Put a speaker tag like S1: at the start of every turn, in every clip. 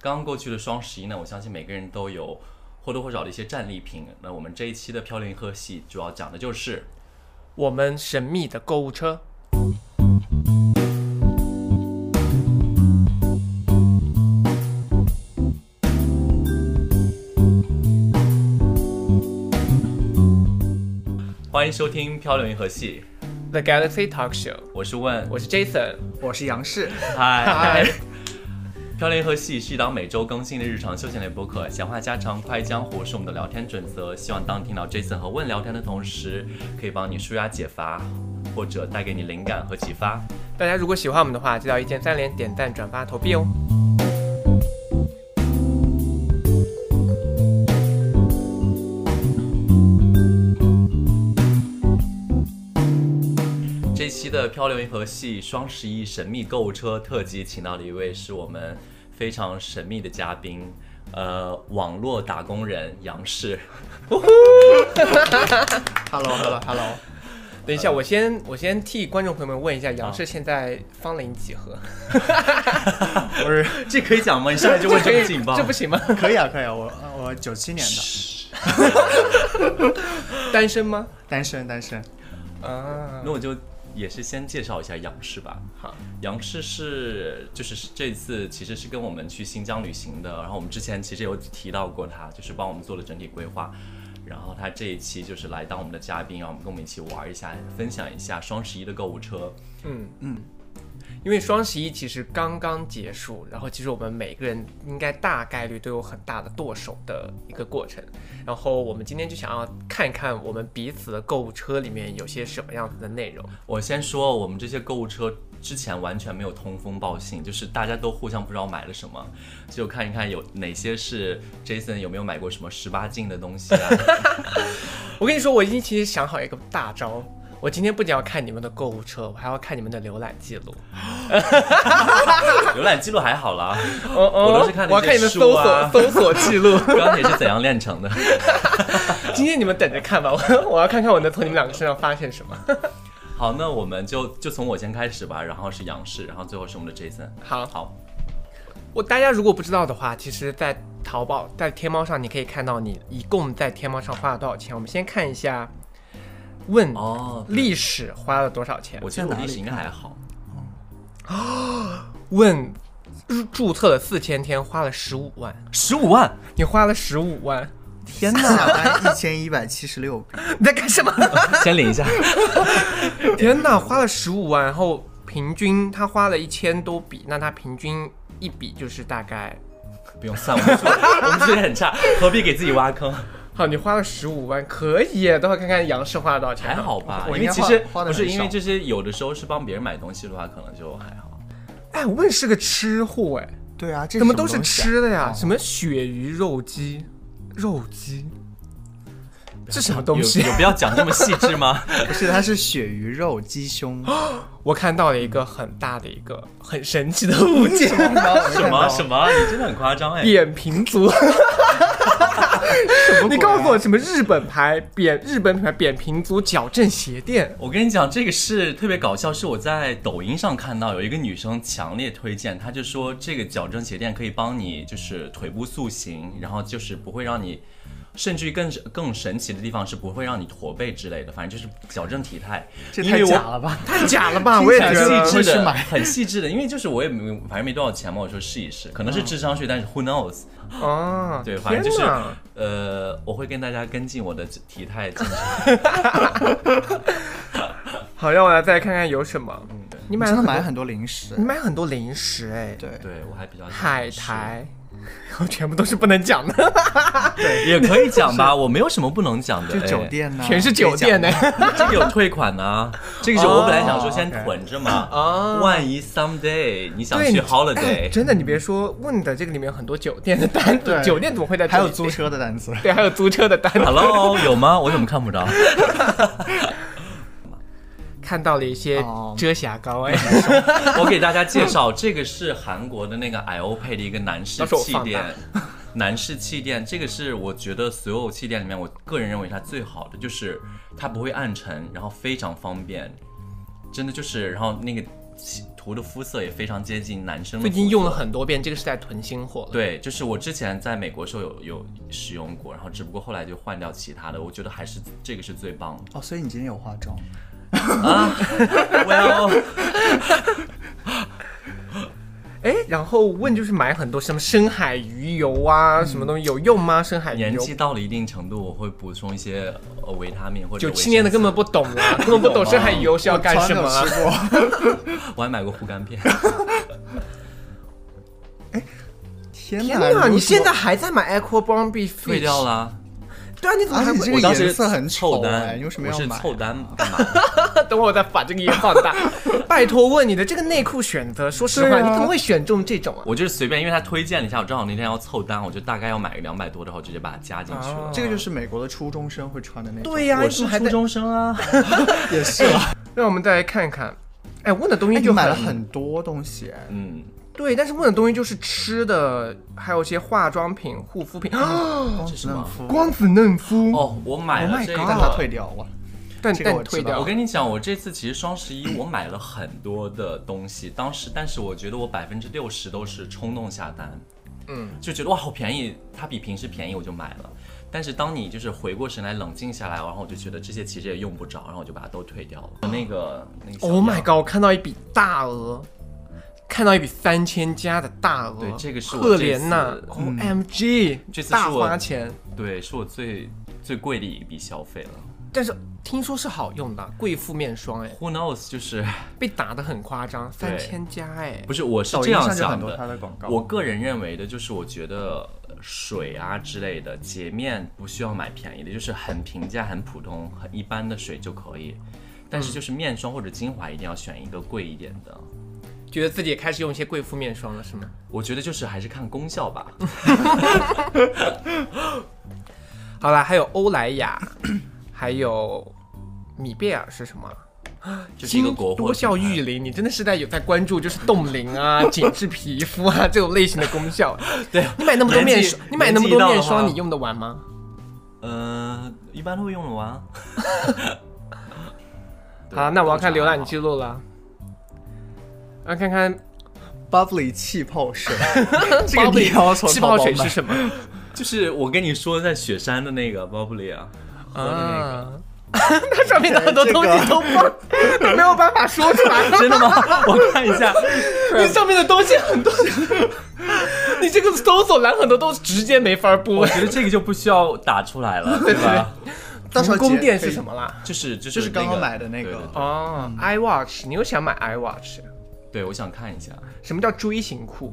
S1: 刚过去的双十一呢，我相信每个人都有或多或少的一些战利品。那我们这一期的飘零贺喜主要讲的就是
S2: 我们神秘的购物车。
S1: 欢迎收听《漂流银河系》，
S2: The Galaxy Talk Show，
S1: 我是问，
S2: 我是 Jason，
S3: 我是杨氏，
S1: 嗨。漂流银河系是一档每周更新的日常休闲类播客，闲话家常、快意江湖是我们的聊天准则。希望当听到 Jason 和问聊天的同时，可以帮你舒压解乏，或者带给你灵感和启发。
S2: 大家如果喜欢我们的话，记得要一键三连、点赞、转发、投币哦。
S1: 这期的《漂流银河系》双十一神秘购物车特辑，请到了一位是我们非常神秘的嘉宾，呃，网络打工人杨氏。
S3: Hello Hello Hello，
S2: 等一下，我先我先替观众朋友们问一下，杨氏现在芳龄几何？
S1: 不是， 这可以讲吗？你上来就问这
S2: 这
S1: 么
S2: 可以
S1: 劲爆
S2: 这，不行吗？
S3: 可以啊可以啊，我我九七年的，
S2: 单身吗？
S3: 单身单身，
S2: 啊，
S1: 那我就也是先介绍一下杨氏吧。
S2: 好，
S1: 杨氏是就是这次其实是跟我们去新疆旅行的，然后我们之前其实有提到过他，就是帮我们做了整体规划。然后他这一期就是来当我们的嘉宾，让我们跟我们一起玩一下，分享一下双十一的购物车。
S2: 嗯嗯，因为双十一其实刚刚结束，然后其实我们每个人应该大概率都有很大的剁手的一个过程。然后我们今天就想要看一看我们彼此的购物车里面有些什么样子的内容。
S1: 我先说，我们这些购物车之前完全没有通风报信，就是大家都互相不知道买了什么，就看一看有哪些是 Jason 有没有买过什么十八禁的东西啊？
S2: 我跟你说，我已经其实想好一个大招。我今天不仅要看你们的购物车，我还要看你们的浏览记录。
S1: 浏览记录还好 啦，
S2: 哦哦
S1: 我都是看那些
S2: 我要看你们搜
S1: 书
S2: 索、
S1: 啊
S2: 搜索记录。
S1: 钢铁是怎样炼成的？
S2: 今天你们等着看吧，我我要看看我能从你们两个身上发现什 么。
S1: 好，那我们就就从我先开始吧，然后是杨氏，然后最后是我们的 Jason。
S2: 好，
S1: 好，
S2: 我大家如果不知道的话，其实，在淘宝、在天猫上，你可以看到你一共在天猫上花了多少钱。我们先看一下，问
S1: 哦，
S2: 历史花了多少钱？
S1: 我觉得我历史应该还好，
S2: 问入注册了四千天，花了十五万，
S1: 十五万，
S2: 你花了十五万，
S3: 天 哪，单一千一百七十六笔，
S2: 你在干什么？
S1: 先领一下。
S2: 天哪，花了十五万，然后平均他花了一千多笔，那他平均一笔就是大概，
S1: 不用算，我们数我们数学很差，何必给自己挖坑？
S2: 好，你花了十五万，可以耶，等会儿看看杨氏花了多少钱。
S1: 还好吧，因
S3: 我
S1: 为
S3: 应该
S1: 其实
S3: 花花得
S1: 不是
S3: 很
S1: 因为
S3: 少
S1: 这些，有的时候是帮别人买东西的话，可能就还好。
S2: 哎，问是个吃货哎。
S3: 对啊，这
S2: 怎么都
S3: 么
S2: 是
S3: 东西啊
S2: 吃的呀？什么鳕鱼、肉鸡、肉鸡，这什么东西啊
S1: 有？有必要讲这么细致吗？
S3: 不是，它是鳕鱼肉、鸡 胸，
S2: 我看到了一个很大的一个很神奇的物件，
S1: 什么什么？你真的很夸张哎！
S2: 扁平足。
S3: 么鬼啊
S2: 你告诉我什么日本牌扁日本品牌扁平足矫正鞋垫？
S1: 我跟你讲，这个是特别搞笑，是我在抖音上看到有一个女生强烈推荐，她就说这个矫正鞋垫可以帮你就是腿部塑形，然后就是不会让你，甚至于更更神奇的地方是不会让你驼背之类的，反正就是矫正体态。
S3: 这
S1: 因
S3: 太
S1: 为我
S3: 假了吧？
S2: 太假了 吧！
S3: 听
S2: 我也
S3: 起来
S2: 觉
S3: 是
S2: 得
S3: 一
S1: 细致
S3: 会去
S1: 的，
S3: 买
S1: 很细致的，因为就是我也没反正没多少钱嘛，我说试一试，可能是智商税，但是 who knows？
S2: 啊，
S1: 对，反正就是
S2: 天哪
S1: 呃，我会跟大家跟进我的体态进程。
S2: 好，让我来再看看有什么。
S1: 嗯
S2: 你买
S3: 真
S2: 了
S3: 的买
S2: 很
S3: 很多零食
S2: 多，你，买很多零食哎，
S3: 对，
S1: 对我还比较
S2: 海苔， 全部都是不能讲 的，
S1: 也可以讲吧，我没有什么不能讲的。
S3: 就
S1: 哎
S3: 酒，店呢，
S2: 全是酒店呢
S3: 呢。。
S1: 这个有退款呢。这个是我本来想说
S3: 哦
S1: 先囤着嘛，
S2: 哦
S1: 万一 someday 你想
S2: 对
S1: 去
S2: 你哎
S1: holiday，
S2: 真的，你别说，问的这个里面有很多酒店的单子，
S3: 对
S2: 酒店怎么会在这
S3: 还
S2: 里
S3: 有租车的单子，
S2: 对，还有租车的单子，
S1: ，Hello 有吗？我怎么看不着？
S2: 看到了一些
S3: 哦嗯
S2: 遮瑕膏，哎，
S1: 我给大家介绍，这个是韩国的那个 i o p a 的一个男士
S2: 到时候我
S1: 气
S2: 放
S1: 垫。 男士气垫，这个是我觉得所有气垫里面，我个人认为它最好的，就是它不会暗沉，然后非常方便，真的就是，然后那个涂的肤色也非常接近男生的
S2: 最
S1: 肤色。
S2: 近用了很多遍，这个是在囤新货了。，
S1: 对，就是我之前在美国时候有有使用过，然后只不过后来就换掉其他的，我觉得还是这个是最棒的
S3: 哦，所以你今天有化妆？
S1: 啊。Well，
S2: 哎，然后问就是买很多什么深海鱼油啊，
S3: 嗯
S2: 什么东西有用吗？深海鱼
S1: 年
S2: 油
S1: 纪到了一定程度，我会补充一些呃维他命或者
S2: 九
S1: 维
S2: 七年的
S1: 生
S2: 根
S1: 素
S2: 本不懂 啦，根本不懂深海鱼油是要干什么
S3: 我
S2: 啊、
S3: 从来没有 吃过。
S1: 我还买过护肝片。
S3: 天
S2: 天
S3: 哪！
S2: 哪，
S3: 如
S2: 你
S3: 果
S2: 现在还在买 Aqua Bombi
S1: 退掉
S2: Fish？
S1: 啦，
S2: 对啊，你怎么
S3: 而
S2: 还
S3: 且
S2: 会？
S3: 这
S1: 我
S3: 个
S1: 当时
S3: 颜色很
S1: 凑
S3: 丑哎，
S1: 单，
S3: 你为什么
S1: 我
S3: 要
S1: 是
S3: 买？
S1: 凑单 干嘛？
S2: 等会儿我再把这个音放 大。拜托，问你的这个内裤选择，说实话，
S3: 对啊
S2: 你怎么会选中这种啊？
S1: 我就是随便，因为他推荐了一下，我正好那天要凑单，我就大概要买个两百多的话，我直接把它加进去了。
S3: 这个就是美国的初中生会穿的那种。
S2: 对呀、
S1: 我
S2: 你怎
S1: 是
S2: 么还
S1: 初
S2: 在？
S1: 中生啊，
S3: 也是啦。
S2: 让我们再来看看。哎，问的东
S3: 哎
S2: 西
S3: 你
S2: 就
S3: 买了很多东西哎，
S1: 嗯，
S2: 对，但是问的东西就是吃的，还有一些化妆品、护肤品。
S3: 光
S1: 是
S3: 子
S1: 什么
S3: 嫩肤，
S2: 光子嫩肤，
S1: 哦，我买
S2: Oh
S1: 了
S2: my
S1: 这个。
S2: God
S3: 但它退掉了。
S2: 但
S3: 这个
S2: 但
S3: 我
S2: 你退
S3: 知道
S2: 掉
S1: 我。跟你讲，我这次其实双十一我买了很多的东西，当时但是我觉得我百分之六十都是冲动下单，
S2: 嗯，
S1: 就觉得哇好便宜，它比平时便宜我就买了。但是当你就是回过神来冷静下来，然后我就觉得这些其实也用不着，然后我就把它都退掉了。那个那个小
S2: Oh my
S1: 样
S2: god！我看到一笔大额，看到一笔三千加的大额，
S1: 对这个是我
S2: 赫
S1: 这
S2: 莲呐
S1: 次
S3: 嗯
S2: ，OMG，
S1: 这次是
S2: 大
S1: 我
S2: 花钱，
S1: 对，是我最最贵的一笔消费了。
S2: 但是听说是好用的贵妇面霜，哎，
S1: Who knows？就是
S2: 被打得很夸张，三
S1: 对，
S2: 千加，哎
S1: 不是我是
S3: 抖
S1: 这
S3: 音
S1: 样
S3: 上就很
S1: 想
S3: 多它
S1: 的。
S3: 的广告。
S1: 我个人认为的就是，我觉得呃水啊之类的洁面不需要买便宜的，就是很平价、很普通、很一般的水就可以。但
S3: 嗯
S1: 是就是面霜或者精华一定要选一个贵一点的。
S2: 觉得自己也开始用一些贵妇面霜了，是吗？
S1: 我觉得就是还是看功效吧。
S3: 嗯
S2: 好啦，还有欧莱雅， 还有米贝尔是什么？
S1: 就是一个国货
S2: 多效
S1: 品牌
S2: 育龄，你真的是在有在关注就是冻龄 啊、紧致皮肤啊这种类型的功效。
S1: 对，
S2: 你买那么多面霜
S1: 年，纪
S2: 你买那么多面
S1: 年纪到了
S2: 霜，
S1: 哈
S2: 你用得完吗？
S1: 呃，一般都会用得完。对
S2: 好，那我要看
S1: 都差
S2: 浏
S1: 不
S2: 览
S1: 多
S2: 记录了。啊，看看
S3: bubbly 气 泡水，这个
S2: Bubbly
S3: 你要从
S2: 气
S3: 淘
S2: 泡
S3: 宝
S2: 水是
S3: 买
S2: 什 么？
S1: 就是我跟你说在雪山的那个 Bubbly 啊，喝的那个。
S2: 啊， 它上面的很多东西都放，都没有办法说出来。
S1: 真的吗？ 我看一下，
S2: 你上面的东西很多，你这个搜索栏很多都直接没法播
S1: 我。觉得这个就不需要打出来 了，对吧？
S3: 到时候
S2: 宫殿
S3: 姐
S2: 是
S3: 可以
S2: 什么啦？
S1: 就是就是、
S3: 就
S1: 那
S3: 是
S1: 个、
S3: 刚刚买的那个
S1: 对对
S2: 哦，iWatch，你又想买 iWatch？
S1: 对对，我想看 一下。
S2: 什么叫锥形裤？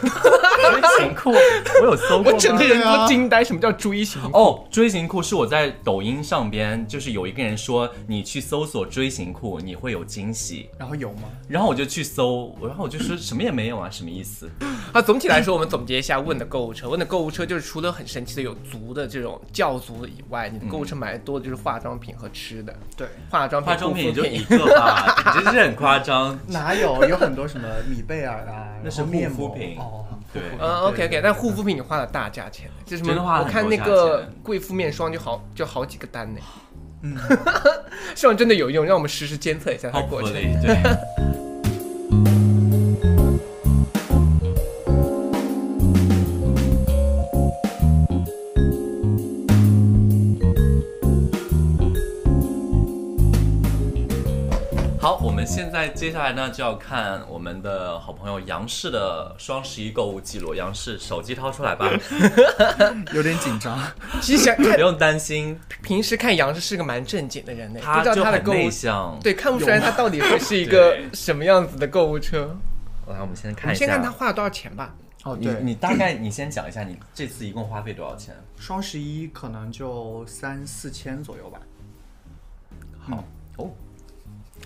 S1: 锥 形裤，我有搜过
S2: 我
S1: 吗
S2: 整个人
S3: 对
S2: 都
S3: 啊
S2: 惊呆，什么叫锥形裤？
S1: 哦，锥形裤是我在抖音上边，就是有一个人说你去搜索锥形裤，你会有惊喜。
S3: 然后有吗？
S1: 然后我就去搜，然后我就说什么也没有啊，什么意 思？
S2: 啊，总体来说，我们总结一下问的购物车。问的购物车就是除了很神奇的有足的这种教足以外，你的购物车买的多的就是化妆品和吃的。
S3: 对，
S2: 化妆品、
S1: 化妆品也
S2: 护
S1: 就
S2: 肤
S1: 一个 吧，你真是很夸张。
S3: 哪有？有很多什么米贝尔啊，
S1: 那是
S3: 然后面膜
S1: 护肤品
S3: 哦。
S1: 对，
S2: 嗯，OK OK，但护肤品你花了大价钱，就是什
S1: 真的
S2: 么？
S1: 花
S2: 我
S1: 了很
S2: 看
S1: 多
S2: 那
S1: 价
S2: 个
S1: 钱
S2: 贵妇面霜就好就好几个单呢。
S3: 嗯，
S2: 希望真的有用，让我们实时监测一下它
S1: 好
S2: 的过
S1: 合
S2: 程。
S1: 理，对。好，我们现在接下来呢就要看我们的好朋友杨氏的双十一购物记录。杨氏，手机掏出来 吧，
S3: 有点紧张。
S2: 其实想看
S1: 不用担心，
S2: 平时看杨是是个蛮正经的人呢，不
S1: 他
S2: 知道
S1: 就
S2: 他的
S1: 很
S2: 购
S1: 内
S2: 物
S1: 向。
S2: 对，看不出来他到底会是一 个
S1: 对
S2: 什么样子的购物车。
S1: 来，我们先
S2: 我
S1: 看
S2: 们
S1: 一下。
S2: 先看他花了多少钱吧。
S3: 哦，
S1: 你你大概你先讲一下，你这次一共花费多少钱？
S3: 双十一可能就三四千左右吧。好，
S1: 哦，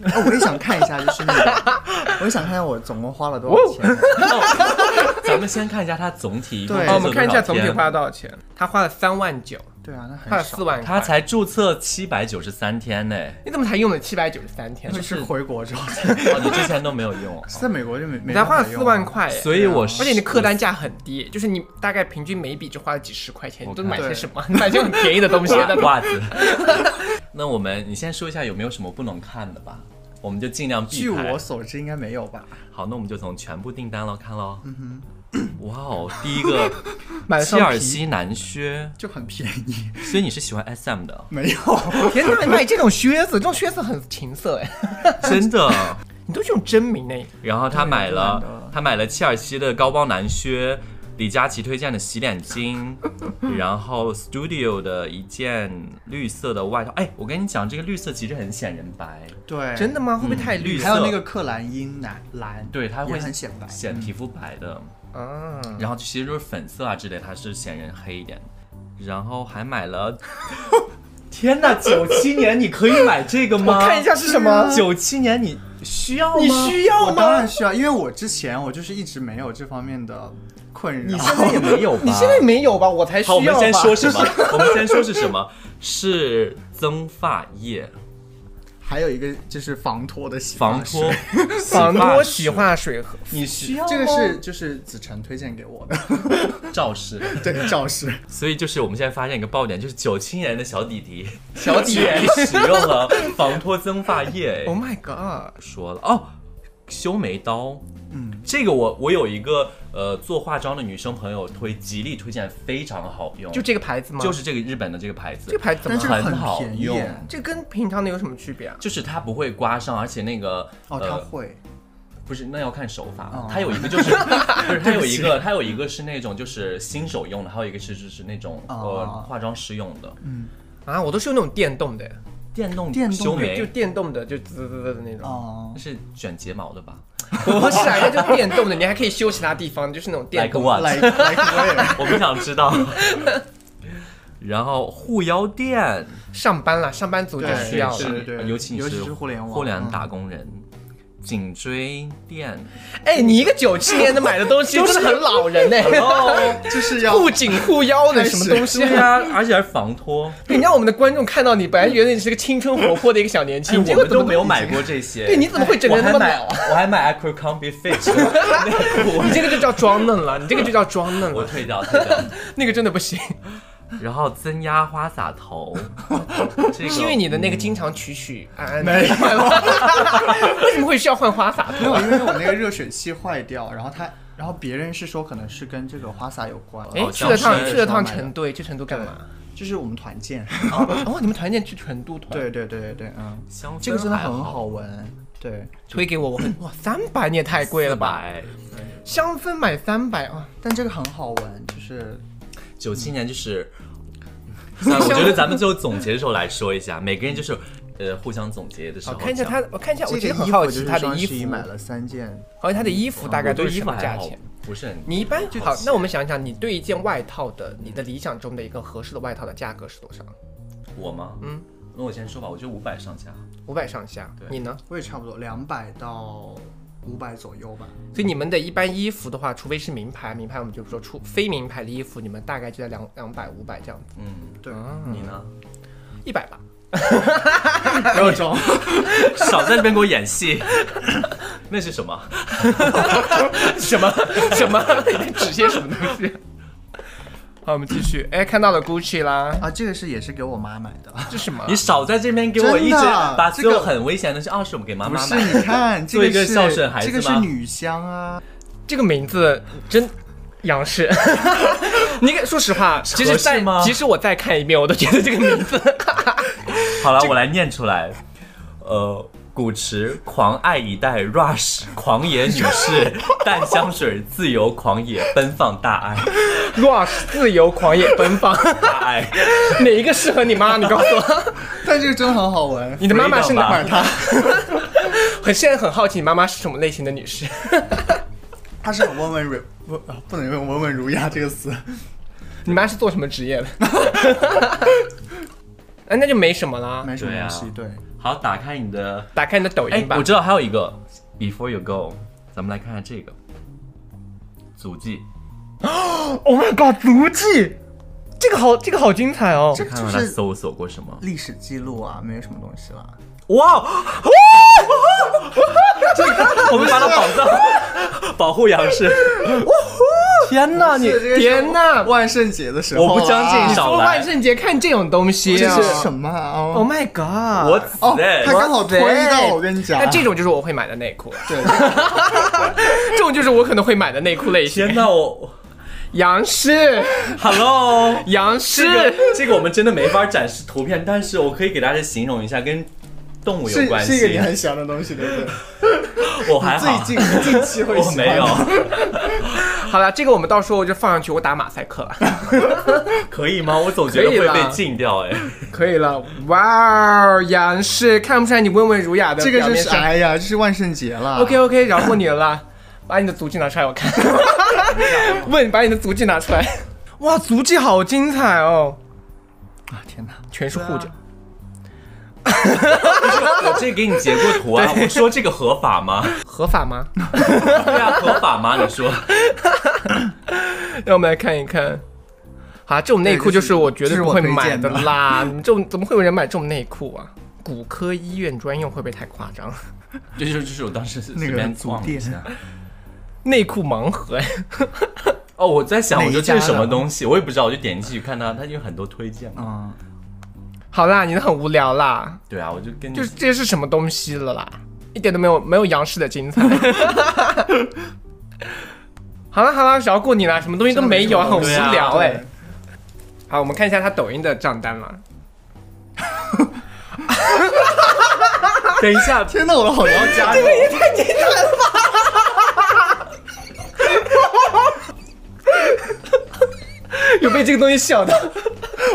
S3: 哎、我也想看一下，就是那个，我也想看一下我总共花了多
S1: 哦
S3: 少钱。
S1: 咱们先看一下它总体一共
S3: 对
S2: 好，
S1: 做
S2: 我们看一
S1: 多
S2: 下
S1: 少
S2: 总体
S1: 天
S2: 花了多少钱。他花了三万九，
S3: 对啊，那
S2: 花了
S3: 很
S2: 四
S3: 少。
S2: 万块，
S1: 他才注册七百九十三天 呢，
S2: 你怎么才用了七百九十三天
S3: 那？是回国之后，
S1: 哦，你之前都没有用，哦
S3: 在美国就没没
S2: 你才花了
S3: 办法
S2: 四
S3: 用
S2: 万，块，
S1: 啊所以我是
S2: 而且你的客单价很低，就是你大概平均每笔只花了几十块钱，你
S1: 我
S2: 都
S1: 看
S2: 买些
S3: 对
S2: 什么？你 买些很便宜的东西，啊
S1: 袜
S2: 那
S1: 袜子。那我们你先说一下有没有什么不能看的吧？我们就尽量避
S3: 据
S1: 开
S3: 我。所知，应该没有吧？
S1: 好，那我们就从全部订单了看喽。
S2: 嗯
S1: 哇哦，第一 个
S3: 买了
S1: 切
S3: 双
S1: 尔
S3: 皮
S1: 西男靴，
S3: 就很便宜，，
S1: 所以你是喜欢 SM 的
S3: 没有。
S2: 天哪，卖这种靴子，这种靴子很情色哎，
S1: 真的。
S2: 你都是用真名哎，
S1: 然后他买
S3: 对真的
S1: 了，他买了切尔西的高帮男靴，李佳琦推荐的洗脸 巾，然后 Studio 的一件绿色的外套。哎，我跟你讲，这个绿色其实很显人白，
S3: 对，
S2: 真的吗？会不会太
S1: 嗯绿
S2: 绿
S1: 色
S3: 还有那个克兰英蓝蓝，
S1: 对，它
S3: 也
S1: 会
S3: 很显白。嗯
S1: 显
S2: 嗯
S1: 皮肤白的。
S2: 啊？
S1: 然后其实就是粉色啊之类，它是显人黑一点。然后还买了， 天哪，九七年你可以买这个吗？
S2: 我看一下是什么
S1: 九七年你需要吗？
S2: 你需要
S3: 我当
S2: 吗
S3: 然？需要，因为我之前我就是一直没有这方面的困扰。
S1: 你现在也没有吧？
S2: 你现在没有吧？我才需
S1: 好，
S2: 要
S1: 我们先
S2: 吧
S1: 说什么？ 我们先说是什么？是增发液、
S3: 还有一个就是防脱的洗发
S1: 防
S3: 水
S1: 脱、
S2: 啊 防脱洗
S1: 水。
S2: 发水和
S1: 你需要
S3: 这个是就是子晨推荐给我的，
S1: 肇事，
S3: 对，赵氏
S1: 所以就是我们现在发现一个爆点，就是九七年的小弟弟
S2: 小
S1: 居
S2: 姐。。
S1: 然 使用了防脱增发液
S2: Oh my god！
S1: 说了哦，修眉刀，
S3: 嗯，
S1: 这个我我有一个呃做化妆的女生朋友推极力推荐，非常好用，
S2: 就这个牌子吗？
S1: 就是这个日本的这个牌子，
S2: 这个牌子怎么
S3: 但
S2: 了？
S3: 这个
S1: 很好
S3: 便宜
S1: 用
S3: 耶
S2: 这跟平常的有什么区别啊？
S1: 就是它不会刮伤，而且那个
S3: 哦，他
S1: 呃
S3: 会
S1: 不是，那要看手法。
S3: 哦
S1: 它有一个就是，不是它有一个，它有一个是那种就是新手用的，还有一个是就是那种、呃
S3: 哦
S1: 化妆师用的
S2: 啊，我都是用那种电动的，
S1: 电动
S3: 电动
S1: 修
S3: 的
S1: 眉，
S2: 就电动的，就滋滋滋的那种。
S3: 哦
S1: 那，是卷睫毛的吧？
S2: 不是啊，人家就电动的，你还可以修其他地方，就是那种电
S1: Like
S2: 动
S1: what？
S3: 来来个
S1: 我不想知道。然后护腰垫，
S2: 上班啦，上班族就
S3: 对
S2: 需要
S3: 是
S2: 了。
S3: 的对
S1: 尤其你
S3: 尤其是互联网
S1: 互联
S3: 嗯
S1: 打工人。颈椎垫，
S2: 哎，你一个九七年的买的东西，真的很老 人呢、
S3: 我也，就是要
S2: 护颈护腰的什么东西
S1: 哦对
S2: 啊？
S1: 呀、而且还防脱。
S2: 对，你让我们的观众看到你，本来觉得你是个青春活泼的一个小年
S1: 哎，
S2: 轻，结
S1: 我
S2: 果
S1: 们
S2: 怎么
S1: 都没有买过这些。
S2: 对，你怎么会整
S1: 我
S2: 个人
S1: 还
S2: 那么
S1: 买
S2: 老？，
S1: 我还买 Acro Combi Fit 内裤，
S2: 你这个就叫装嫩了，你这个就叫装嫩
S1: 我
S2: 了，
S1: 退掉，退掉。
S2: 那个真的不行，
S1: 然后增压花洒 头，这个
S2: 是因为你的那个经常曲曲安安
S3: 没有
S2: 为什么会需要换花洒？
S3: 没有，因为我那个热水器坏掉，然后他，然后别人是说可能是跟这个花洒有关，
S2: 哎，
S1: 哦
S2: 去了
S1: 像
S2: 趟
S1: 是
S2: 去了趟成都，哎去成都干嘛？
S3: 就是我们团 建，
S2: 哦，你们团建去成都团，，
S3: 对对对对对，嗯，
S1: 香氛
S3: 这个真的
S1: 还
S3: 很好
S1: 好，
S3: 闻，对，
S2: 推给我，我很哇，三百你也太贵了吧？
S1: 百
S2: 香氛买三百啊，
S3: 但这个很好闻，就是
S1: 九七年就是。算了，我觉得咱们最后总结的时候来说一下，每个人就是，呃，互相总结的时
S2: 好
S1: 候。
S2: 哦看一下他，我看一下，我
S3: 这
S2: 其实
S3: 个
S2: 很
S3: 衣
S2: 好
S3: 服就
S2: 奇
S3: 是
S2: 他的
S3: 双
S2: 衣
S3: 十一
S2: 服，
S3: 买了三件，
S2: 好像他的衣服大概
S1: 我
S2: 哦都
S1: 对
S2: 是
S1: 衣
S2: 什
S1: 服
S2: 么
S1: 还
S2: 价
S1: 好
S2: 钱？
S1: 不是很
S2: 你一般
S1: 就
S2: 好
S1: 好，奇
S2: 那我们想一想，你对一件外套的你的理想中的一个合适的外套的价格是多少？
S1: 我吗？
S2: 嗯，
S1: 那我先说吧，我觉得五百上下。
S2: 五百上下
S1: 对，
S2: 你呢？
S3: 我也差不多两百到五百左右吧，
S2: 所以你们的一般衣服的话，除非是名牌，名牌我们就不说，出非名牌的衣服，你们大概就在两两百五百这样子，
S1: 嗯，
S3: 对，
S1: 你呢？
S2: 一 百吧。
S3: 没有中，
S1: 少在那边给我演戏。那是什么？
S2: 啊什么什么？你在指些什么东西？ 好，我们继续。哎，看到了 Gucci 啦，
S3: 啊，这个是也是给我妈买的，
S1: 啊
S2: 这什么？
S1: 你少在这边给我
S3: 真的
S1: 一直把所有
S3: 这个
S1: 很危险的东西啊，是我们给妈
S3: 不
S1: 妈
S3: 是，
S1: 买。
S3: 你看这
S1: 做一
S3: 个
S1: 个
S3: 是
S1: 孝顺孩子
S3: 这个是
S1: 吗
S3: 女香啊，
S2: 这个名字真杨氏。 你给说实话，即使
S1: 合
S2: 再
S1: 适吗
S2: 即使我再看一遍，我都觉得这个名字
S1: 好了，我来念出来。呃，古驰狂爱一代 Rush 狂野女士 淡香水自由狂野奔放大爱
S2: rush 自由狂野奔放，
S1: 大爱，
S2: 哪一个适合你妈？你告诉我，
S3: 但这个真的很好闻，
S2: 你的妈妈是哪
S1: 买
S2: 儿？
S3: 它，
S2: 我现在很好奇，你妈妈是什么类型的女士？
S3: 它是很温文儒温，啊不能用温文儒雅这个词，
S2: 你妈是做什么职业的？ 哎，那就没什么啦。
S3: 没什么
S1: 对啊
S3: 东西，对，
S1: 好，打开你的。
S2: 打开你的抖
S1: 哎
S2: 音，吧
S1: 我。知道还有一个 Before You Go，咱们来看看这个足迹。
S2: Oh my god，足迹，这个好，这个好精彩哦！
S3: 这
S1: 看
S3: 就
S1: 看他
S3: 是
S1: 搜索过什么？
S3: 历史记录啊，没有什么东西了。
S1: 哇！ 我们拿到宝藏，保护杨氏。天哪，你
S3: 这个 是
S2: 天哪
S3: 万圣节的时候啊，
S1: 我不相信
S2: 你
S1: 少
S2: 说
S1: 来
S2: 万圣节看这种东西
S3: 这
S2: 啊？
S3: 是什么啊？
S2: Oh my god！
S1: 我
S3: 哦，
S1: 死哎
S3: 他刚好推到
S2: 对
S3: 我跟你讲，啊
S2: 那这种就是我会买的内裤，
S3: 对，
S2: 这种就是我可能会买的内裤类型
S1: 天。哪，我
S2: 杨氏，
S1: Hello，
S2: 杨氏，
S1: 这个 这个我们真的没法展示图片，但是我可以给大家形容一下，跟动物有
S3: 是
S1: 关
S3: 是一个你
S1: 系。
S3: 很喜欢的东西，对不对？
S1: 我还好，
S3: 最近近期会喜
S1: 我
S3: 欢
S1: 没有，
S2: 好了，这个我们到时候我就放上去，我打马赛克了，
S1: 可以吗？我总觉得
S2: 可以
S1: 会
S2: 啦
S1: 被禁掉 哎。
S2: 可以了。哇哦，杨氏，看不出来你温文儒雅的
S3: 这个
S2: 表面
S3: 就是
S2: 上
S3: 哎呀，这是万圣节了。
S2: OK OK，饶过你了啦， 把你的足迹拿出来我 看。问，把你的足迹拿出来。哇，足迹好精彩哦，
S3: 啊，天哪！
S2: 全是护着。
S1: 我这给你截过图啊，我说这个合法 吗？
S2: 合法 吗？
S1: 对啊，合法吗？你说
S2: 让我们来看一看。啊，这种内裤就是我绝对不会买的啦！ 你这种怎么会有人买这种内裤啊？骨科医院专用会不会太夸张？
S1: 这就是就是我当时随
S3: 那个
S1: 便
S3: 足
S1: 逛一
S3: 店啊
S1: 下。
S2: 内裤盲盒哎，
S1: 哦，我在想，
S3: 哪
S1: 我
S3: 一
S1: 说这
S3: 家
S1: 是什么
S3: 的
S1: 东西，我也不知道，我就点进去看它，它有很多推荐嘛。
S3: 啊，
S2: 好啦，你的很无聊啦，
S1: 对啊，我就跟你
S2: 就是这是什么东西了啦？一点都没有没有杨氏的精彩。 好了好了，饶过你啦，什么东西都没有，很无
S1: 对啊
S2: 聊哎、
S3: 对
S2: 好，我们看一下他抖音的账单了。
S1: 等一下，
S3: 天哪，我的好聊 家这个也太
S2: 有被这个东西笑到，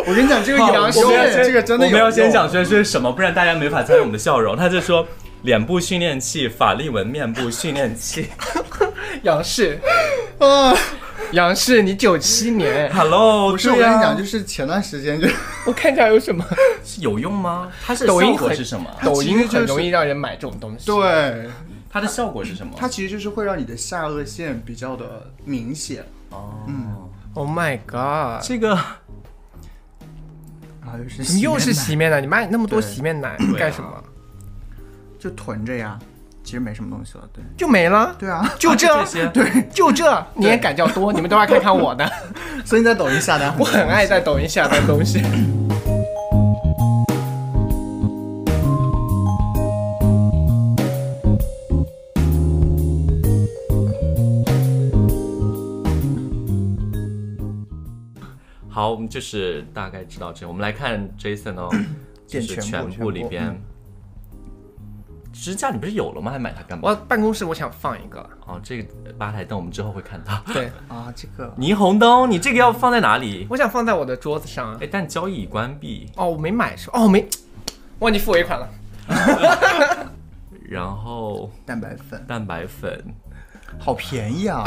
S3: 我跟你讲，这个
S1: 好
S3: 杨秀
S1: 我们要先
S3: 这个真的
S1: 我们要
S3: 有
S1: 先
S3: 用
S1: 讲轩轩是什么，不然大家没法参与我们的笑容。他就说脸部训练器、法令纹面部训练 器。
S2: 杨氏，
S3: 啊！
S2: 杨氏，你九七年，
S1: Hello，
S3: 不是，我
S1: 对
S3: 跟
S1: 啊
S3: 你讲，就是前段时 间就
S2: 我看一下有什么。
S1: 是有用吗？它是
S2: 抖音
S1: 效果
S2: 很
S1: 是什么？
S2: 抖
S3: 其
S2: 音
S3: 实就是
S2: 很容易让人买这种东西。，
S3: 对，
S1: 它的效果是什么？
S3: 它其实就是会让你的下颚线比较的明显
S1: 哦，
S2: Oh my god！
S1: 这个
S3: 啊，就是
S2: 怎么又是
S3: 洗
S2: 洗面奶？你买那么多
S3: 对
S2: 洗面奶
S1: 啊
S2: 干什么？
S3: 面奶就囤着呀，其实没什么东西了，对
S2: 就没了，
S3: 对啊，
S2: 就这
S1: 这些
S2: 对，就这，你也敢叫多？你们都要看看我的，
S3: 所以你在抖音下单，
S2: 我很爱在抖音下单东西。
S1: 好，我们就是大概知道这。我们来看 Jason 哦，就
S3: 点
S1: 是
S3: 全
S1: 全
S3: 部
S1: 部里
S3: 全部
S1: 边，支架你不是有了吗？还买它干嘛？
S2: 我办公室我想放一个，
S1: 哦，这个吧台灯我们之后会看到。
S2: 对，
S3: 啊，这个
S1: 霓虹灯，你这个要放在哪里？
S2: 我想放在我的桌子上啊。
S1: 哎，但交易已关闭。
S2: 哦，我没买是吧？哦，我没，忘记付尾款了。
S1: 然后
S3: 蛋白粉
S1: 蛋白粉，
S3: 好便宜啊，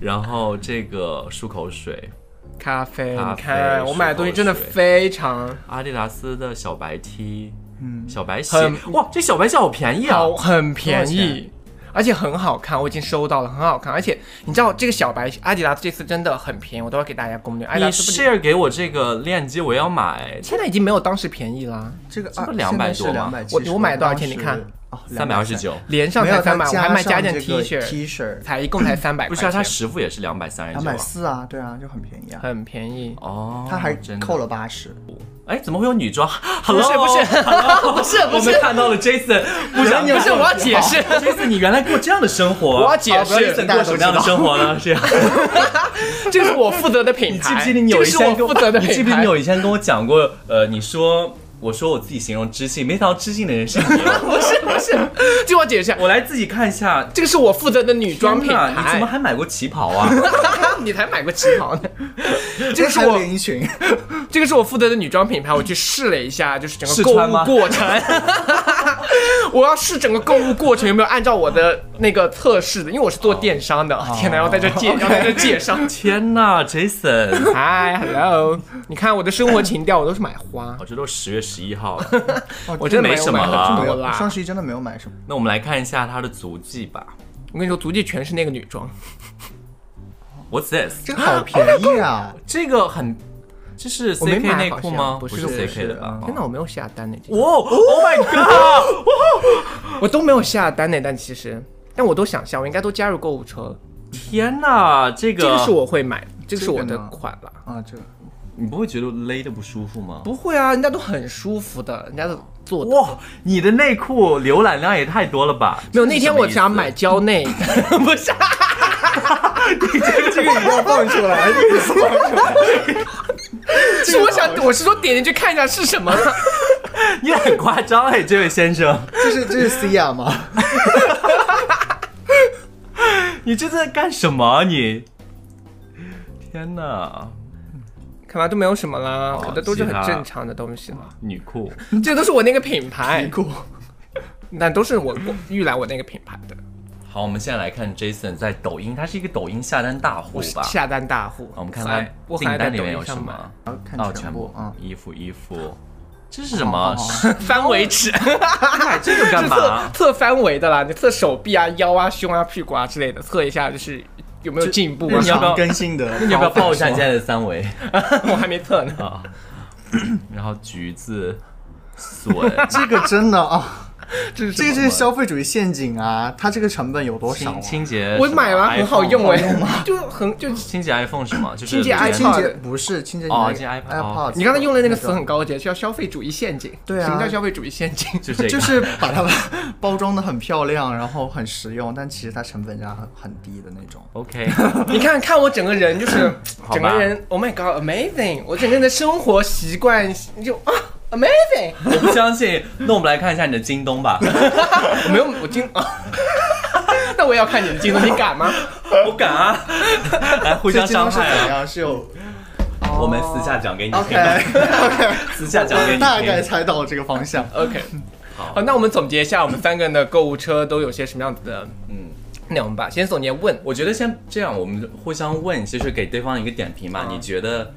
S1: 然后这个漱口水，
S2: 咖啡，
S1: 咖啡
S2: 你看我买的东西真的
S1: 漱口水
S2: 非常
S1: 阿迪达斯的小白 T，
S3: 嗯，
S1: 小白鞋
S2: 很，
S1: 哇，这小白鞋好便宜啊！
S2: 好，很
S1: 多
S2: 便
S1: 少
S2: 宜，而且很好看，我已经收到了，很好看。而且你知道这个小白阿迪达斯这次真的很便宜，我都要给大家攻略。阿
S1: 你
S2: 迪达斯不仅
S1: share 给我这个链接，我要买。
S2: 现在已经没有当时便宜啦，
S3: 这个
S1: 这
S3: 啊
S1: 不200多吗
S3: 两百，
S2: 我我买多少钱你看
S3: 哦，
S1: 三百二十九，
S2: 连上
S3: 没
S2: 才
S3: 有
S2: 三
S3: 它
S2: 百，我还
S3: 加
S2: 买加
S3: 上
S2: 件
S3: 这
S2: T
S3: 个
S2: 恤，
S3: T 恤
S2: 才一共才三百
S1: 不
S2: 块
S1: 是啊，它
S2: 钱，
S1: 十副也是两百三十
S3: 两
S1: 九
S3: 百。四啊，对啊，就很便宜啊，
S2: 很便宜。
S1: 哦，
S3: 他还
S1: 真的
S3: 扣了。八十，
S1: 哎，怎么会有女装？不
S2: 不是不是不是
S1: 我
S2: 不
S1: 们
S2: 是
S1: 看到了 Jason，不想
S2: 不是我要解释，
S1: Jason，你原来过这样的生活，啊
S2: 我要解释
S1: Jason 过什么样的生活呢？啊这样，
S2: 这个是我负责的品
S1: 你记不
S2: 牌，
S1: 记得你
S2: 这
S1: 有
S2: 个
S1: 一
S2: 是
S1: 天
S2: 我
S1: 跟
S2: 负责的
S1: 你记
S2: 品
S1: 不记得你
S2: 牌。
S1: 有以前跟我讲过？呃，你说我说我自己形容知性，没想到知性的人是你。
S2: 不是不是，这 我解释一下，
S1: 我来自己看一下。
S2: 这个是我负责的女装 品
S1: 天哪你怎么
S2: 牌，
S1: 还买过旗袍啊？
S2: 你才买过旗袍 呢？这个是
S3: 还有
S2: 我
S3: 连 衣裙，
S2: 这个是我负责的女装品牌，我去试了一下，就是整个
S1: 试
S2: 购
S1: 穿
S2: 物
S1: 吗
S2: 过程。我要试整个购物过程有没有按照我的那个测试的，因为我是做电商的。天哪，要在这 介要在这介绍。
S1: 天哪，Jason！
S2: 嗨，hello，你看我的生活情调，我都是买花
S1: 我，这都十月十一号了，
S3: 哦
S2: 我真的
S1: 没
S2: 没有
S1: 什么
S2: 买
S1: 啦
S2: 很
S3: 没
S2: 多
S3: 有
S2: 啦。
S3: 双十一真的没有买什么，
S1: 那我们来看一下他的足迹吧。
S2: 我跟你说，足迹全是那个女装，
S1: What's this？
S3: 这个好便 宜啊，
S1: 这个很，这是
S2: 我没
S1: CK
S2: 买
S1: 内
S2: 好
S1: 裤
S2: 像
S1: 吗？
S2: 不
S1: 不
S2: 是嗯
S3: 不
S1: CK
S3: 是
S1: 的吧？
S2: 天哪，我没有下单呢，
S1: 哇哦，Oh my god！
S2: 我都没有下单呢。但其实，但我都想下，我应该都加入购物车了。
S1: 天哪，这个
S2: 这个是我会买，这个是我
S3: 这
S2: 的
S3: 个呢
S2: 款啦。
S3: 啊，这个
S1: 你不会觉得勒的不舒服吗？
S2: 不会啊，人家都很舒服的，人家都做的。
S1: 哇，你的内裤浏览量也太多了吧？
S2: 没有，那天我
S1: 这是什
S2: 想
S1: 么
S2: 买
S1: 意思，
S2: 蕉 内，不是啊，
S3: 这个一定要放出来，这个一定要放出来。
S2: 是我想，我是说点进去看一下是什 么。
S1: 你很夸张哎，这位先生，
S3: 这是这是 C 亚吗？
S1: 你这在干什么？啊你，天哪，
S2: 看来都没有什么啦，我的都是
S1: 其
S2: 很
S1: 他
S2: 正常的东西了。
S1: 女裤，
S2: 这都是我那个品牌，
S3: 过
S2: 那都是我我预览我那个品牌的，
S1: 好，我们现在来看 Jason 在抖音，他是一个抖音下单大户
S2: 我是
S1: 吧？
S2: 下单大户。
S1: 好我们看
S2: 我还
S1: 他
S2: 我
S1: 订
S2: 还在
S1: 单里
S2: 抖
S1: 面有
S2: 音
S1: 什
S2: 上买
S1: 么？哦，
S3: 看
S1: 全
S3: 全部
S2: 嗯
S3: 啊，
S1: 衣服衣
S2: 哦
S1: 服，这是什么
S3: 好？好
S2: 翻围尺，
S1: 买这个干
S2: 是测
S1: 嘛？
S2: 测翻围的啦，你测手臂啊、腰啊、胸啊、屁股啊之类的，测一下就是有没有进步
S1: 这
S2: 啊
S1: 你。要不要
S3: 常更新的，
S1: 你要不要报一下你现在的三围
S2: 我还没测呢。
S1: 啊？然后橘子、 笋、
S3: 这个真的 啊，
S2: 这是
S3: 这个就是消费主义陷阱啊！它这个成本有多少啊
S1: 清？清洁，
S2: 我买了，很好用
S1: 哎。
S2: 哎，就很就
S1: 清洁 iPhone 是吗？就是
S2: 清洁
S1: 里面
S2: iPhone
S3: 清洁不是清洁
S1: 哦
S3: 你
S1: 这 iPod
S3: iPod，
S2: 你刚才用的那个词很高级，叫消费主义陷阱。
S3: 对啊
S2: 什么叫消费主义陷阱？
S1: 就这个，
S3: 就是把它 包装的很漂亮，然后很实用，但其实它成本价很很低的那种。
S1: OK。
S2: 你看看我整个人，就是
S1: 好吧
S2: 整个人，Oh my God，amazing！我整个人的生活习惯就啊，amazing！
S1: 我不相信，那我们来看一下你的京东吧。
S2: 我没有，我今啊， 那我也要看你的镜头，你敢吗？
S1: 我敢啊， 来互相伤害
S3: 这怎么
S1: 啊！
S3: 样？是有
S1: 我们私下讲给你听，
S3: OK
S1: 私下讲给
S3: 我
S1: 你呃
S3: 大概
S1: 听。
S3: 猜到这个方向。
S2: OK，
S1: 好
S2: 好，那我们总结一下我们三个人的购物车都有些什么样子的
S1: 嗯
S2: 嗯内容吧。先总结问，
S1: 我觉得先这样，我们互相问，就是给对方一个点评
S2: 嗯
S1: 嘛。你觉得，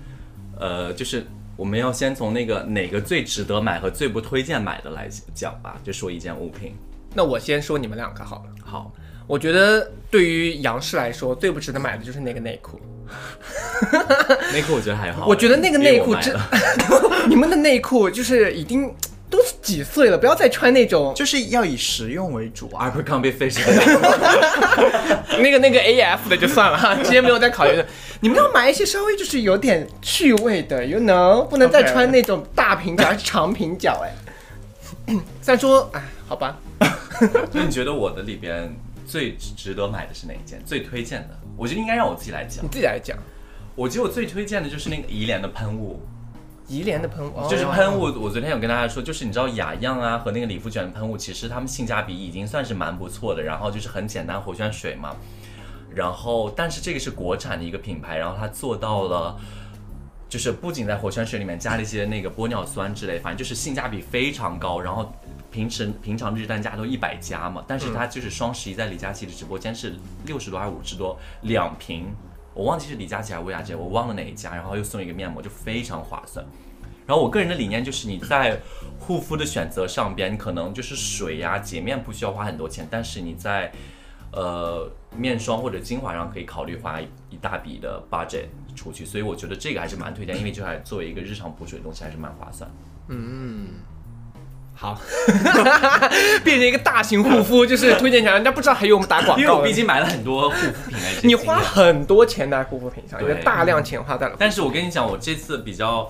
S1: 呃，就是我们要先从那个哪个最值得买和最不推荐买的来讲吧，就说一件物品。
S2: 那我先说你们两个好了。
S1: 好，
S2: 我觉得对于杨氏来说，最不值得买的就是那个内裤。
S1: 内裤我觉得还好。
S2: 哦我觉得那个内裤
S1: 因为
S2: 真
S1: 我买了，
S2: 你们的内裤就是已经都是几岁了，不要再穿那种
S3: 就是要以实用为主啊！
S1: Abercrombie Fish
S2: 那个那个 AF 的就算 了哈，今天没有在考虑的。你们要买一些稍微就是有点趣味的，you know，不能再
S3: OK
S2: 穿那种大平角还是长平角哎。 虽然说，哎，好吧，
S1: 就你觉得我的里边最值得买的是哪一件？最推荐的？我觉得应该让我自己来讲
S2: 你。自己来讲。
S1: 我觉得我最推荐的就是那个怡莲的喷雾，
S2: 怡莲的喷哦雾
S1: 哦就是喷雾。我昨天有跟大家说，就是你知道雅漾啊和那个理肤泉喷雾，其实它们性价比已经算是蛮不错的。然后就是很简单活泉水嘛，然后但是这个是国产的一个品牌，然后它做到了。就是不仅在活泉水里面加了一些那个玻尿酸之类，反正就是性价比非常高。然后平时平常日单价都一百加嘛，但是它就是双十一在李佳琦的直播间是六十多还是五十多两瓶，我忘记是李佳琦还是薇娅姐，我忘了哪一家，然后又送一个面膜，就非常划算。然后我个人的理念就是，你在护肤的选择上边，可能就是水呀、洁面不需要花很多钱，但是你在呃面霜或者精华上可以考虑花一一大笔的 budget 出去，所以我觉得这个还是蛮推荐，因为这还作为一个日常补水的东西还是蛮划算。
S2: 好，变成一个大型护 肤，就是推荐起来，人家不知道还以为我们打广
S1: 因为
S2: 告
S1: 我
S2: 了
S1: 毕。竟买了很多护肤品来，这些
S2: 你花
S1: 经验
S2: 很多钱在护肤品上，
S1: 对
S2: 你的大量钱花在了。
S1: 但是我跟你讲，我这次比较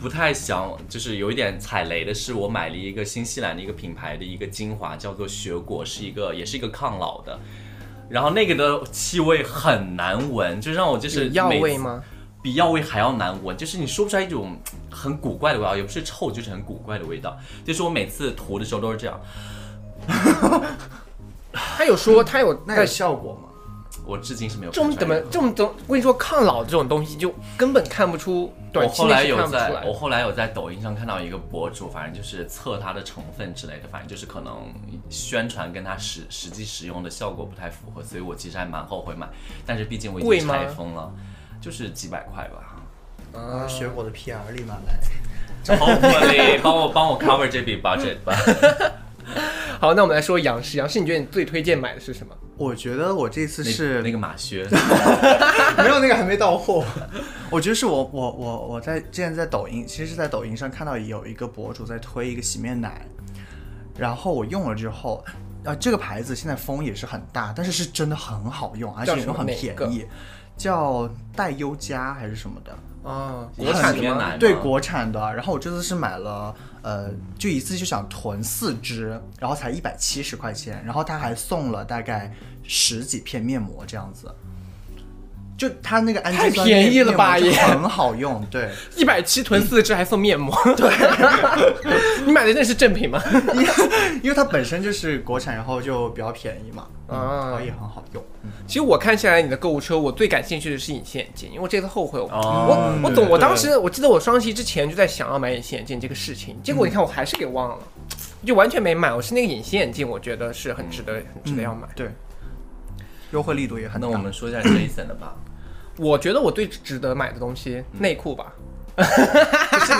S1: 不太想，就是有一点踩雷的是，我买了一个新西兰的一个品牌的一个精华，叫做雪果，是一个也是一个抗老的。然后那个的气味很难闻，就让我就是
S2: 有药
S1: 每次
S2: 味吗？
S1: 比药味还要难闻，就是你说不出来一种嘖很古怪的味道，也不是臭，就是很古怪的味道。就是我每次涂的时候都是这样，
S2: 他有说他有
S3: 那有
S2: 在
S3: 效果吗？
S1: 我至今是没有
S2: 这种
S1: 喷出
S2: 怎
S1: 来
S2: 么
S1: 的
S2: 这种怎么？我跟你说，抗老这种东西就根本看不出，短
S1: 我
S2: 期
S1: 后来
S2: 内是
S1: 有
S2: 看不出
S1: 在，
S2: 来
S1: 我。后来有在抖音上看到一个博主，反正就是测它的成分之类的，反正就是可能宣传跟它实实际使用的效果不太符合，所以我其实还蛮后悔买，但是毕竟我已
S2: 贵
S1: 经
S2: 吗
S1: 拆封了，就是几百块 吧。
S3: 啊，雪果的 PR 立马来。
S1: 好嘞，帮我帮我 cover 这笔 budget 吧。
S2: 好，那我们来说杨氏，杨氏，你觉得你最推荐买的是什么？
S3: 我觉得我这次
S1: 那
S3: 是
S1: 那个马靴，
S3: 没有那个还没到货。 我觉得是我我我我在之前在抖音，其实是在抖音上看到有一个博主在推一个洗面奶，然后我用了之后，呃，这个牌子现在风也是很大，但是是真的很好用，而
S2: 叫
S3: 且
S2: 什
S3: 又
S2: 么
S3: 很
S2: 哪
S3: 便
S2: 个
S3: 宜，叫黛优佳还是什么的，
S2: 啊，
S1: 也
S2: 国
S1: 是
S2: 产
S1: 哦里
S2: 的
S1: 面
S2: 吗
S1: 奶吗
S3: 对国产的。然后我这次是买了，呃，就一次就想囤四支，然后才一百七十块钱，然后他还送了大概十几片面膜这样子。就它那个氨基
S2: 太
S3: 酸
S2: 便
S3: 面
S2: 宜了吧
S3: 面膜就
S2: 也
S3: 很好用，对，
S2: 一百七囤四支还送面膜，对， 你买的那是正品 吗？
S3: 因为它本身就是国产，然后就比较便宜嘛，
S2: 啊
S3: 然
S1: 哦
S3: 后也很好用。嗯
S2: 其实我看下来你的购物车，我最感兴趣的是隐形眼镜，因为我这次后悔我、
S1: 哦
S2: 我我
S3: 对
S2: 懂，我
S3: 对
S2: 当时我记得我双十一之前就在想要买隐形眼镜这个事情，结果你看我还是给忘
S3: 嗯
S2: 了，就完全没买。我是那个隐形眼镜，我觉得是很值得、
S3: 嗯
S2: 很值得嗯要买。
S3: 对，优惠力度也很大。
S1: 那我们说一下 Jason 的 吧，
S2: 我觉得我最值得买的东西，内裤吧。
S3: 嗯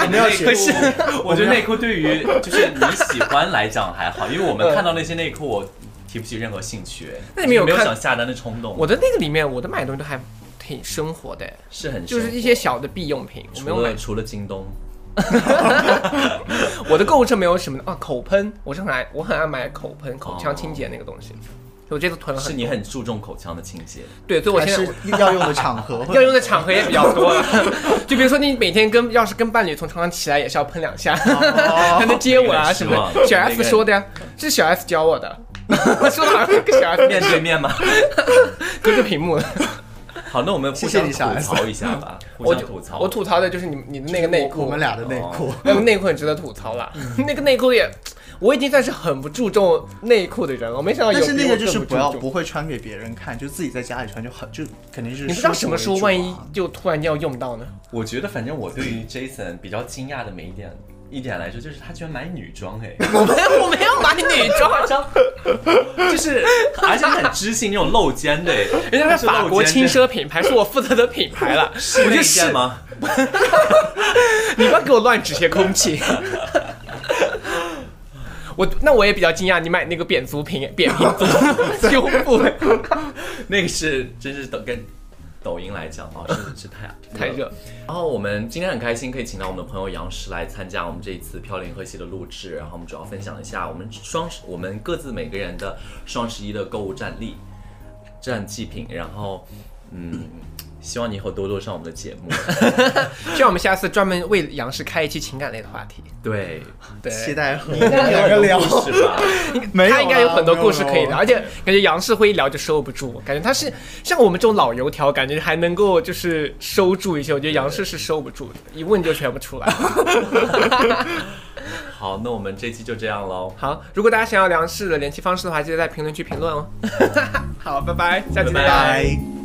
S1: 你
S3: 们要写
S1: 可是 我觉得内裤对于就是你喜欢来讲还好，因为我们看到那些内裤，我提不起任何兴趣，
S2: 嗯那你们有
S1: 没有
S2: 看
S1: 想下单的冲动？
S2: 我的那个里面，我的买的东西都还挺生活的，
S1: 是很
S2: 就是
S1: 生
S2: 一些小的必用品，我没有
S1: 除
S2: 买
S1: 了除了京东，
S2: 我的购物车没有什么的啊，口喷，我是很爱，我很爱买口喷，口腔清洁那个东西，
S3: 哦
S2: 所以我这次囤了
S1: 是
S2: 很
S1: 你
S2: 多。
S1: 很注重口腔的清洁，
S2: 对，所以我
S3: 还
S2: 现在
S3: 是要用的场合
S2: 要 用的场合也比较多了， 就比如说你每天跟要是跟伴侣从床上起来，也是要喷两下， 才能接吻啊什么
S1: 哦每个人
S2: 的。
S1: 希
S2: 小
S1: 望
S2: F 说的呀，这是小 F 教我的， 说的好像跟小 F
S1: 面对面 吗？
S2: 隔着屏幕 了。
S1: 好，那我们互
S3: 谢谢
S1: 相
S3: 你小
S1: 吐
S3: S
S1: 槽一下 吧，互
S2: 我
S1: 相
S2: 就
S1: 吐槽。
S2: 我吐槽的就是你你的那个内裤，哦
S3: 我们俩的内裤。
S2: 那个内裤很值得吐槽啦，那个内裤也，我已经算是很不注重内裤的人了，我没想到有
S3: 但是
S2: 比
S3: 那
S2: 我
S3: 个
S2: 更
S3: 就是
S2: 不
S3: 不要
S2: 注重
S3: 不会穿给别人看，就自己在家里穿就很就肯定是
S2: 你不知道
S3: 舒
S2: 什
S3: 服
S2: 么
S3: 为
S2: 时候
S3: 主
S2: 万
S3: 啊
S2: 一就突然要用到呢？
S1: 我觉得反正我对于 Jason 比较惊讶的每一点一点来说，就是他居然买女装 哎、
S2: 我没有，我没有买女装，
S1: 就是而且很知性那种露肩 的、哎
S2: 人家
S1: 是
S2: 是法
S1: 露
S2: 国
S1: 肩
S2: 轻奢品牌，是我负责的品牌了。
S1: 是
S2: 我
S1: 那
S2: 就
S1: 一件
S2: 是，
S1: 吗？
S2: 你不要给我乱指些空 气。我那我也比较惊讶，你买那个扁足瓶、扁平足 修复，
S1: 那个是真是抖跟抖音来讲啊，是是太
S2: 太热。了。
S1: 然后我们今天很开心，可以请到我们的朋友杨石来参加我们这一次《飘零喝西》的录制。然后我们主要分享一下我们双十我们各自每个人的双十一的购物战力、战绩品。然后，嗯，希望你以后多多上我们的节目。
S2: 希望我们下次专门为杨氏开一期情感类的话题。
S1: 对，
S2: 对，
S3: 期待和你们两个聊，
S1: 是吧？
S3: 没有啊
S2: 他应该有很多故事可以聊，。
S3: 没有
S2: 而且感觉杨氏会一聊就收不住，感觉他是像我们这种老油条，感觉还能够就是收住一些。我觉得杨氏是收不住的，一问就全部出来。
S1: 好，那我们这期就这样喽，
S2: 好，如果大家 想要杨氏的联系方式的话，记得在评论区评论哦。好，拜拜，下期
S1: 拜
S2: 再
S1: 拜
S2: 见。
S3: 拜。